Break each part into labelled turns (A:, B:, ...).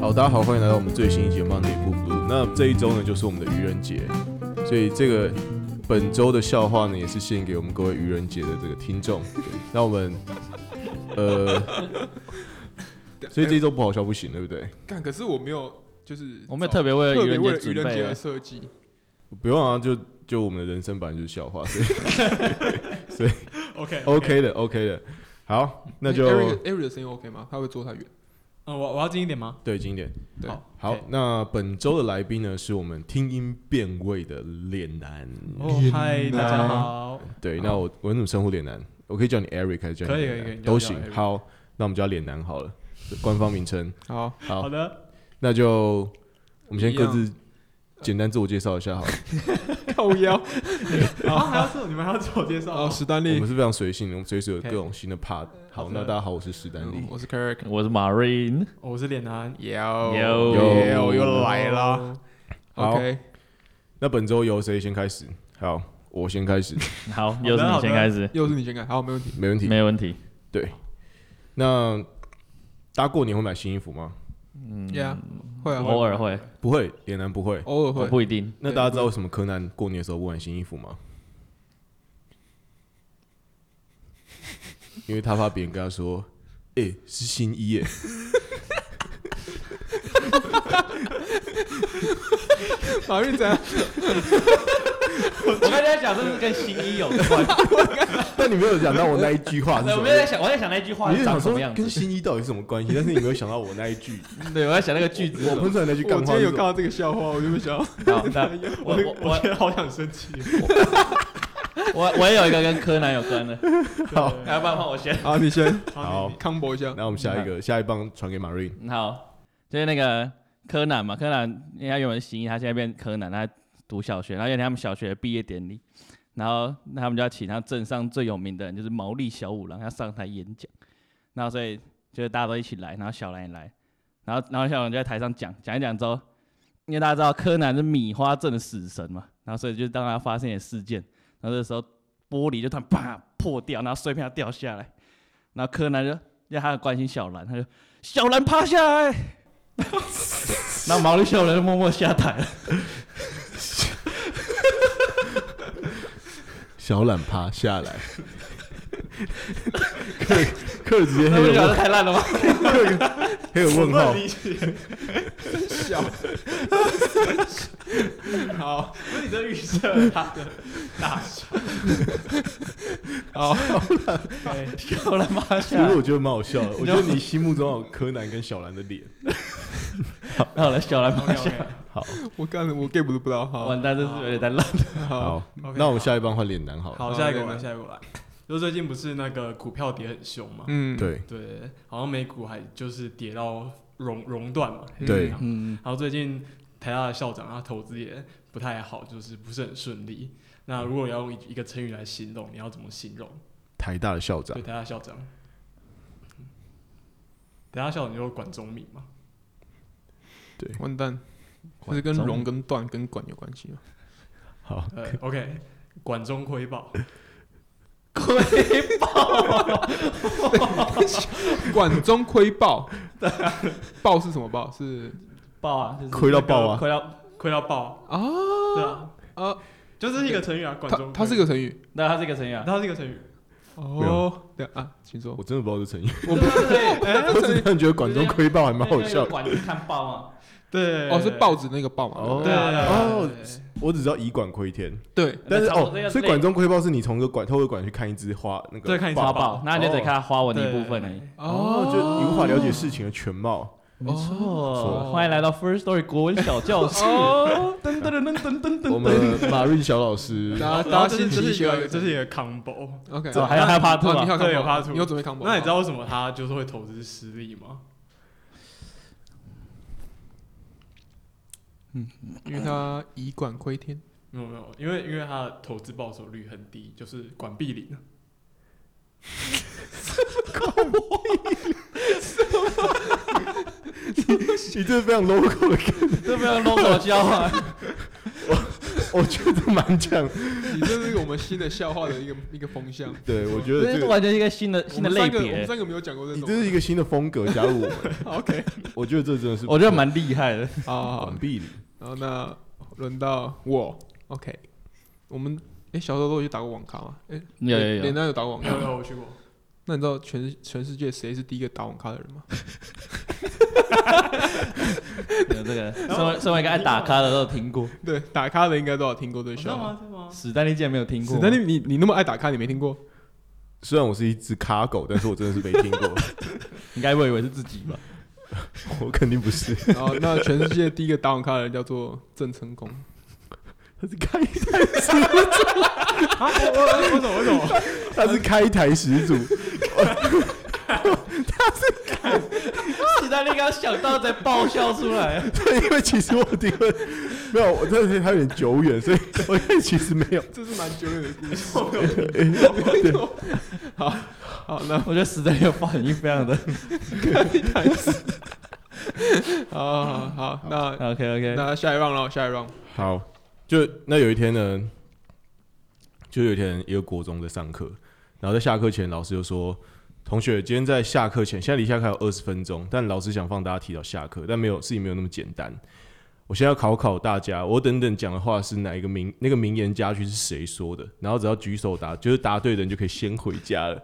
A: 好，大家好，欢迎来到我们最新一集《Monday Blue Blue》。那这一周呢，就是我们的愚人节，所以这个本周的笑话呢，也是献给我们各位愚人节的这个听众。对那我们呃，所以这一周不好笑不行，对不对？
B: 哎干，可是我没有，就是
C: 我们特别为了
B: 特
C: 愚
B: 别
C: 人
B: 为
C: 节
B: 了愚
C: 准
B: 人
C: 备啊
B: 节
C: 了
B: 而，设计，
A: 不用啊，就就我们的人生版就是笑话，所以所以
D: OK，
A: OK 的 OK 的。好，那就
B: Eric Eric 哎的声音 OK 吗？他会坐太远，
D: 呃，我我要近一点吗？
A: 对经典。
B: 对
D: 好
A: 好
D: OK
A: 那本周的来宾呢，是我们听音辨位的脸男。
D: 哦，嗨，大家好，
A: 对，
B: 好
A: 那我我怎么称呼脸男？我可以叫你 Eric 还是叫你
D: 可以
A: 脸男啊
D: 可以可以你叫
A: 都
D: 我
A: 行。
D: Eric
A: 好，那我们叫脸男好了，官方名称。
B: 好，
A: 好
D: 好，的，
A: 那就我们先
B: 一
A: 各
B: 样
A: 自简单自我介绍一下好 了。
B: 靠腰，
D: 然后还要做，你们还要自我介绍
B: 哦，
D: 哦，
B: 史丹
A: 我
B: 利
A: 们，是非常随性的，我们随时有
D: OK
A: 各种新的 part。好，
D: 好的
A: 那大家好，我是史丹利
B: 嗯。我是 Eric，
C: 我是 Marine，
D: 哦我是脸男，
B: 有
C: 有
B: 有又来啦
A: 好
B: ，OK，
A: 那本周由谁先开始？好，我先 开始，
C: 好，又是你
D: 好的
C: 先开始，
B: 又是你先看，好，没问题，
A: 没问题。
C: 没问题。
A: 那大家过年会买新衣服吗？
C: 嗯
B: Yeah，会啊，
C: 偶尔会，
A: 不会，脸男不会。
B: 偶尔会，
C: 不一定。
A: 那大家知道为什么柯南过年的时候不买新衣服吗？因为他怕别人跟他说：“哎、是新衣耶。
B: 马运怎样？
C: 我刚才在想，是不是跟新衣有 关？”
A: 但你没有想到我那一句话是什
C: 我
A: 么
C: 没，有在想，我在想那句话
A: 你是
C: 长
A: 想
C: 什么
A: 说
C: 样
A: 跟
C: 子。
A: 新衣到底是什么关系？但是你没有想到我那一句，
C: 对，我在想那个句子。
A: 我喷出来那句
B: 我
A: 干
B: 今
A: 话
B: 天
A: 是
B: 有
A: 什
B: 看
A: 么。
B: 到这个笑话，我就没想到，
C: 好，那
D: 我
C: 我我
D: 我
C: 我
D: 觉得好想生气，
C: 我我也有一个跟柯南有关的，
A: 好
D: 对
C: 要不然换我先。
B: 好，你先
A: 好
D: 你
B: combo 一下，
A: 那我们下一个，下一棒传给马瑞。
C: 嗯好，就是那个柯南嘛，柯南人家原本是新一，他现在变柯南，他读小学，然后有一天他们小学的毕业典礼，然后那他们就要请他镇上最有名的人，就是毛利小五郎，要上台演讲，然后所以就是大家都一起来，然后小兰也来，然后然后小兰就在台上讲讲一讲之后，因为大家知道柯南是米花镇的死神嘛，然后所以就当他发生点事件，然后这时候玻璃就突然啪破掉，然后碎片要掉下来，然后柯南就要他很关心小兰，他就。小兰趴下 来，然后毛利小兰就默默下台了。
A: 小懒趴下来，客客人直接
C: 他
A: 黑有
C: 们讲的
A: 问
C: 太烂了吗？
A: 黑有问号。
B: 笑，好，
D: 那你这预测他的大小，
B: 好，
D: 对
C: 小兰趴
A: 其
C: 下
A: 实
C: 来，
A: 我觉得蛮好笑的，我觉得你心目中有柯南跟小兰的脸。
C: 好了，小兰趴下，
D: ，OK，
A: 好，
B: 我刚我 get 不到，好，
C: 完蛋，这是有点太烂。
B: 好，
A: 好，
D: OK，
A: 那我们下一棒换脸男好了。
D: 好，
B: 好
D: 下一个
B: 对
D: 我来，
B: 对
D: 下一个我来，就最近不是那个股票跌很凶嘛，
B: 嗯，
A: 对，
D: 对，好像美股还就是跌到熔熔断嘛，
B: 嗯
A: 对
C: 嗯，
D: 然后最近台大的校长他投资也不太好，就是不是很顺利。那如果要用一一个成语来形容，你要怎么形容？
A: 台大的校长
D: 对台大校长，嗯台大校长就是管中明嘛，
B: 完蛋，这是跟龙跟段跟管有关系吗？
A: 好，
D: 呃，OK，管中窥豹，
C: 亏
B: 管中窥 豹，
D: 啊
B: 豹是什么豹？是
C: 爆啊，就是
A: 亏到爆啊
C: 亏到。
D: 窥到豹，
B: 啊
D: 对啊，
B: 啊，
D: 就是一个成语啊，管
B: 它
D: 中
B: 它是
D: 窥
B: 一个成语
C: 那它这个成语 啊，
D: 它是一个成语，
B: 哦。对啊，请说
A: 我。真的不知道这成语，
C: 我不对，
B: 哎，
A: 我只是觉得管中窥豹还蛮好笑的。
C: 管你看爆啊，
D: 对，
B: 哦，是豹，子那个豹嘛？
A: 哦
D: 对啊，对啊
A: 哦，
D: 对啊
A: 我只知道以管窥天，
B: 对，
A: 但是
C: 差不多这
A: 哦，
C: 个
A: 所以管中窥豹是你从个管透过管去看一只花那个
D: 对看一只
C: 花
A: 豹
D: 花
C: 豹，那你就得看它花纹的一
D: 对
C: 部分而已。
A: 哦，就你无法了解事情的全貌。
C: 没
A: 错
C: 错，欢迎来到 First Story 国文小教室。
D: 哦，噔噔噔噔噔噔
A: 我们马瑞小老 师，
B: 大家
D: 啊然
B: 大
D: 后
B: 家
D: 哦这是
B: 先
D: 这
B: 提
D: 是一
B: 起
D: 个这是一个 combo。
B: OK，
C: 哦还有还有 Part
B: 哦
C: Two
B: 你
C: 啊，
B: 要
D: 对有
B: combo，
D: part two
B: 你有准备 combo？
D: 那你知道为什么他就是会投资失利吗？
B: 因为它以管窥 天。
D: 没有没有，因为因为他的投资报酬率很低，就是管碧 零。
A: 你这是非常 local 的，
C: 这不要 logo 教啊。
A: 我觉得蛮强。
B: 你这是我们新的笑话的一个 一个风向。
A: 对，我觉得
C: 这
A: 这
C: 是
A: 个
C: 完全是一个新的
B: 我
C: 新的
B: 们
C: 类
B: 三个，我们
C: 别，
B: 三个没有讲过这
A: 你
B: 种。
A: 这是一个新的风格加入我们，
B: OK
A: 我觉得这真的是
C: 我觉得蛮厉害的。
B: 好好好
A: 管壁里。
B: 然后那轮到我，OK，我们哎、诶小时候都有去打过网咖嘛？哎、
C: 有有
B: 连
C: 有，
B: 丹有打过网
D: 没有没
B: 咖。
D: 有，我去过，
B: 那你知道全全世界谁是第一个打网咖的人吗？
C: 有这个身为身为一个爱打咖的都有听过，
B: 对，打咖的应该都有听过这个
D: 知
B: 笑
D: 道啊
B: 话。
D: 吗？真的吗？
C: 史丹利竟然没有听过
B: 史。丹利，你你那么爱打咖，你没 听过？
A: 虽然我是一只卡狗，但是我真的是没听过，
C: 你该不会以为是自己吧？
A: 我肯定不是。
B: 然后哦那全世界第一个打网咖的人叫做郑成功。
A: 他是开
D: 啊，我我我懂我懂，
A: 他是开台始祖，
C: 史丹利刚想到在爆笑出来，
A: 对，因为其实我听了没有，我这他有点久远，所以我其实没有。
B: 这是蛮久远的故事。
A: 对，
B: 好，好，那
C: 我觉得史丹利的反应非 常的
B: 好好好，好那
C: OK OK。
B: 那下一 round 了，下一 round。
A: 好，就那有一天呢，就有一天一个国中在上课，然后在下课前，老师就说：“同学，今天在下课前，现在离下课还有二十分钟，但老师想放大家提早下课，但没有事情没有那么简单。我现在要考考大家，我等等讲的话是哪一个名那个名言佳句是谁说的？然后只要举手答，就是答对的人就可以先回家了。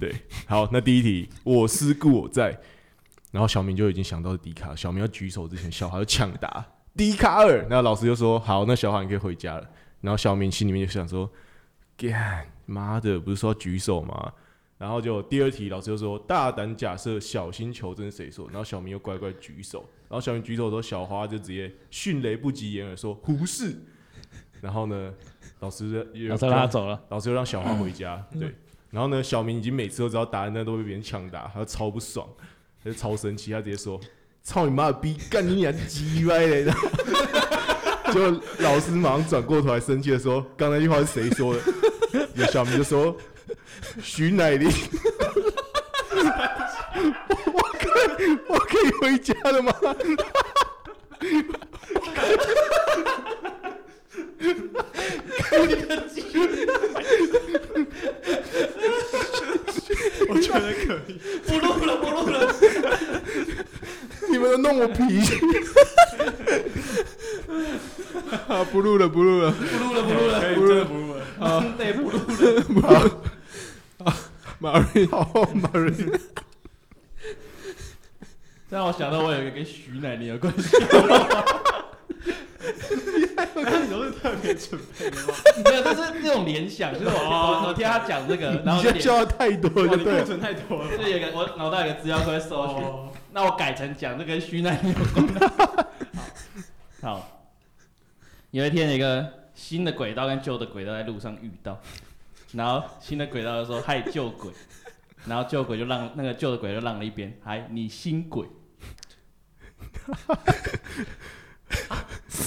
A: 对，好，那第一题，我思故我在。”然后小明就已经想到迪卡，小明要举手之前，小孩就抢答迪卡尔，那老师就说好，那小孩你可以回家了。然后小明心里面就想说，干妈的，不是说要举手吗？然后就第二题，老师就说大胆假设，小心求证，谁说？然后小明又乖乖举手，然后小明举手的时候，小花就直接迅雷不及掩耳说胡适。然后呢，老师就
C: 我再拉走了，
A: 老师又让小花回家，对。然后呢，小明已经每次都知道答案，但都被别人抢答，他超不爽，他就超生气，他直接说：“操你妈的逼，干你娘鸡歪嘞！”然后 就老师马上转过头来生气的说：“刚才那句话是谁说的？”有小明就说：“徐乃麟。”我我可以我可以回家了吗？
D: 我觉得可以。
C: 不录了，不录了。
A: 你们都弄我脾气。
B: 啊，不录了，不录了，
C: 不录了，不录 了，
D: 不录了，不录了。
C: 真的不录了。
B: 马瑞，
A: 好，马瑞，
C: 这让我想到我有一个跟徐乃麟有关系，
D: 你都是特别准备的吗？
C: 没有，这是那种联想，就是我我我听他讲这个，然后
A: 你
C: 哦就
A: 现在
C: 联
A: 笑的太多
D: 哇
A: 了，
D: 你
A: 哦就对
D: 库
A: 了。
D: 存太 多了
C: 就
D: 吧。
C: 有一个我脑袋有一个资料库在搜寻，
D: 哦，
C: 那我改成讲这跟徐 乃麟有关的。好，好有一天有一个新的轨道跟旧的轨道在路上遇到，然后新的轨道就说嗨旧轨，然后旧轨就让那个旧的轨就让了一边，嗨你新轨，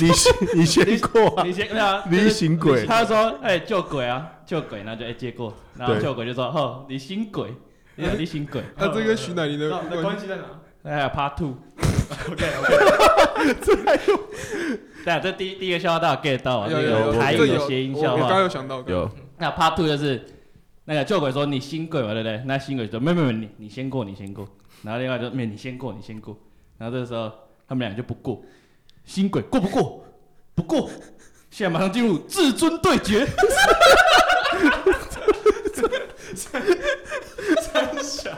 A: 你先，你先过啊。
C: 你先对啊，
A: 你行鬼，
C: 他就说：“哎、救鬼啊，救鬼！”然后就哎、接过，然后
A: 对
C: 救鬼就说：“哦，你行鬼，你你行鬼。
B: 呃那这跟徐乃麟的
D: 那那
B: 关
D: 关系在哪”
C: 哎呀，Part Two，
D: ？OK OK，
C: 对啊，这第一第一个笑话大家 get 到啊，
B: 有
C: 这
B: 有
C: 个
B: 有，
C: 台
B: 这
C: 语的
B: 有
C: 谐音
B: 我
C: 笑
B: 我刚刚
C: 话。
B: 有想到，
A: 有
C: 那 Part Two 就是那个救鬼说：“你行鬼嘛，对不对？”那新鬼说：“没有没有，你你先过，你先过。”然后另外就：“没有，你先过，你先过。”然后这时候他们俩就不过，新鬼过不过？不过，现在马上进入至尊对决。
D: 三小。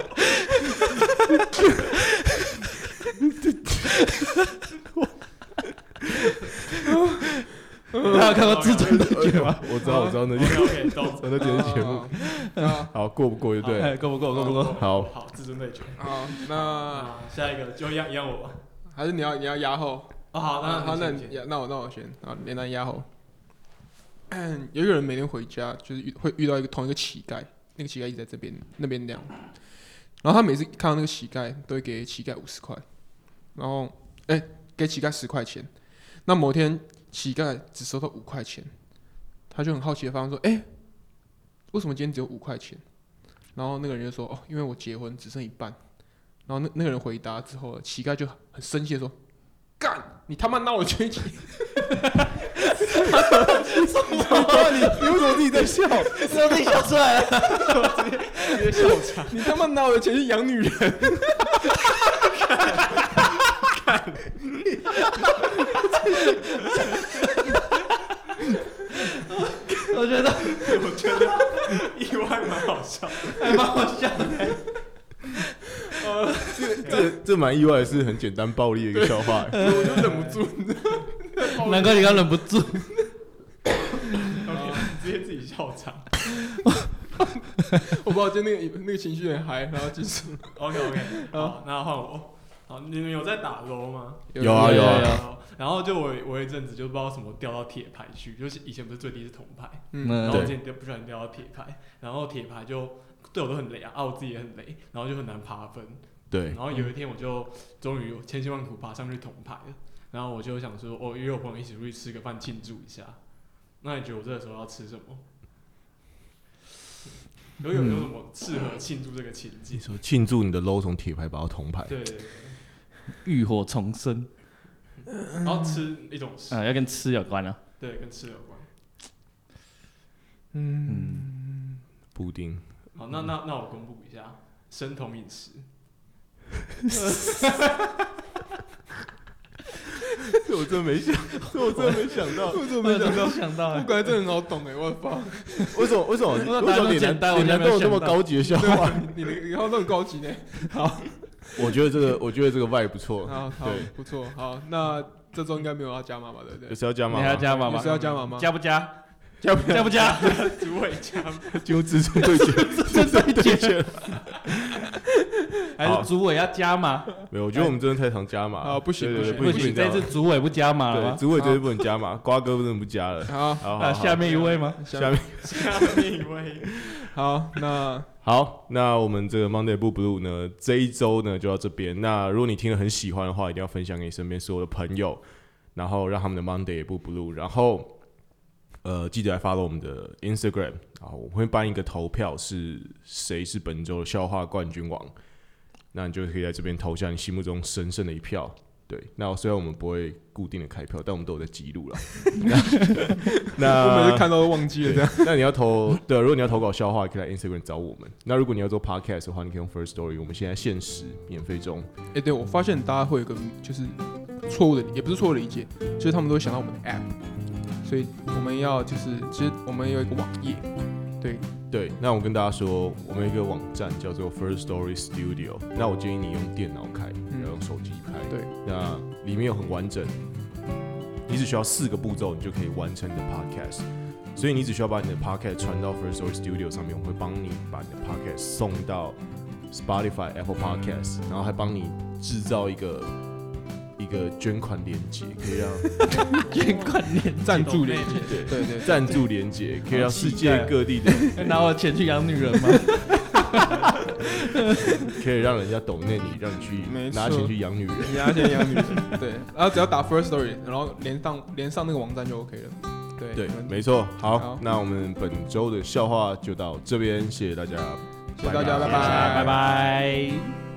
C: 大家有看过至尊对决吗？
A: 我知道，我知道那句，
D: OK OK，懂。
A: 我那电视节目。
B: 啊
A: 好，过不过就对了。
C: 哎够不够？够不
B: 哦
C: 够？
A: 好
D: 好，至尊对决。
B: 好，那
D: 啊，下一个就让让我吧。
B: 还是你要你要压后。
D: 哦，好，那
B: 好，那
D: 你先
B: 你那我那我先啊，连单压后。 有一个人每天回家就是遇会遇到一个同一个乞丐，那个乞丐一直在这边那边那样，然后他每次看到那个乞丐都会给乞丐五十块，然后哎、给乞丐十块钱。那某天乞丐只收到五块钱，他就很好奇的发问说：“哎、为什么今天只有五块钱？”然后那个人就说：“哦，因为我结婚只剩一半。”然后那那个人回答之后，乞丐就很生气的说：“干，你他妈拿我捐钱！”
A: 你你为什么自己在笑？
C: 说自己笑出来了，
D: 直接笑场。
B: 你他妈拿我的钱去养女人，
C: 我觉得
D: 我觉得意外蛮好笑，
C: 还哎蛮好笑的。
D: 呃
A: 这这蛮意外的是，很简单暴力的一个笑话。
B: 我就忍
D: 哦
B: 不住。
C: 难怪你刚忍不住。
D: 直接自己笑场。
B: 我不知道，就那个那个情绪很嗨，然后就是
D: OK OK，好，那换我。好，你们有在打 LO 吗？
A: 有啊有啊
C: 有啊
D: 然后就我我有一阵子就不知道什么掉到铁牌去，就是以前不是最低是铜牌，
B: 嗯，
D: 然后我
A: 对
D: 今天掉不小心掉到铁牌，然后铁牌就对我都很累啊，啊我自己也很累，然后就很难爬分。
A: 对
D: 然，后有一天我就终于千辛万苦爬上去铜牌了，然后我就想说，哦，约我朋友一起出去吃个饭庆祝一下。那你觉得我这个时候要吃什么？有有没有什么适合庆祝这个情
A: 你
D: 景？
A: 说庆祝你的 low 从铁牌拔到铜牌，
D: 对对对，
C: 浴火重生
D: 然后吃一种食，
C: 啊，要跟吃有关啊。
D: 对，跟吃有关。
A: 布丁。
D: 好，那那那我公布一下，生酮饮食。
A: 这 我真没想， 这我真没想到。
B: 我怎么
C: 我
B: 没想
C: 怎么没
B: 到
C: 有？想 到
B: 不
C: 欸？
B: 管真的很好懂哎，我的妈！
A: 为什么？为什么？
C: 我
A: 为什么你
C: 答案都简
A: 难？
C: 单
A: 你
C: 我
A: 难
C: 就没
A: 道有这么
C: 有想到
A: 高级的笑话？
B: 对，你你你好像都很高级呢。
A: 我觉得这个，我觉得这个 vibe 不错。
B: 好好
A: 对，
B: 不错，好，那这周应该没有要加码吧，对不
A: 有
B: 对？
A: 是要加
C: 你
A: 码
C: 还要
A: 吗？
C: 加码
B: 你
C: 吗
B: 是？要加码吗？
C: 加不加？
A: 加
C: 加不加？
D: 主委家
A: 进入至尊对决，
C: 这 对
A: 对
C: 决
A: 决。
C: 还是主委要加码？
A: 没有，我觉得我们真的太常加码。
B: 啊不行
A: 对对对
B: 不
A: 不
B: 行
A: 行这
C: 这
A: 样。
C: 次主委不加码了
A: 对，
C: 吗？
A: 紫伟绝对不能加码，瓜哥不能不加了。好，
B: 好
A: 好
C: 啊，
A: 好
C: 下面一 位吗？
A: 下面
D: 下面一位，
B: 好，那
A: 好，那我们这个 Monday Blue Blue 呢，这一周呢就到这边。那如果你听了很喜欢的话，一定要分享给你身边所有的朋友，然后让他们的 Monday 也不 blue。然后，呃，记得来 follow 我们的 Instagram，然后我会办一个投票，是谁是本周的笑话冠军王。那你就可以在这边投下你心目中神圣的一票。对，那虽然我们不会固定的开票，但我们都有在记录了。 那
B: 我每次看到都忘记了这样。
A: 对 那你要投对，啊如果你要投稿笑话，可以来 Instagram 找我们。那如果你要做 podcast 的话，你可以用 First Story，我们现在限时免费中。
B: 哎，对，我发现大家会有个就是错误的，也不是错误的理解，就是他们都会想到我们的 app，所以我们要就是其实我们有一个网页，对，
A: 对，那我跟大家说，我们有一个网站叫做 First Story Studio。那我建议你用电脑开，不要用手机开。
B: 嗯对，
A: 那里面有很完整，你只需要四个步骤，你就可以完成你的 podcast。所以你只需要把你的 podcast 传到 First Story Studio 上面，我会帮你把你的 podcast 送到 Spotify、Apple
B: 嗯
A: Podcast，然后还帮你制造一个一个捐款链接，可以让
C: 捐款链，
B: 赞助连接，
A: 对
B: 对对，
A: 赞助连接，可以让世
B: 啊
A: 界各地的，
C: 拿我钱去养女 人吗？
A: 可以让人家抖内你，让你去
B: 没错
A: 拿钱去养女人。
B: 你要先养女人，对，然后只要打 first story，然后连上连上那个网站就 OK 了，对
A: 对
B: 没问，题
A: 没错。好
B: 好，
A: 那我们本周的笑话就到这边，谢谢大家，
B: 谢谢大家，
A: 拜拜
B: 拜拜，
C: 拜拜。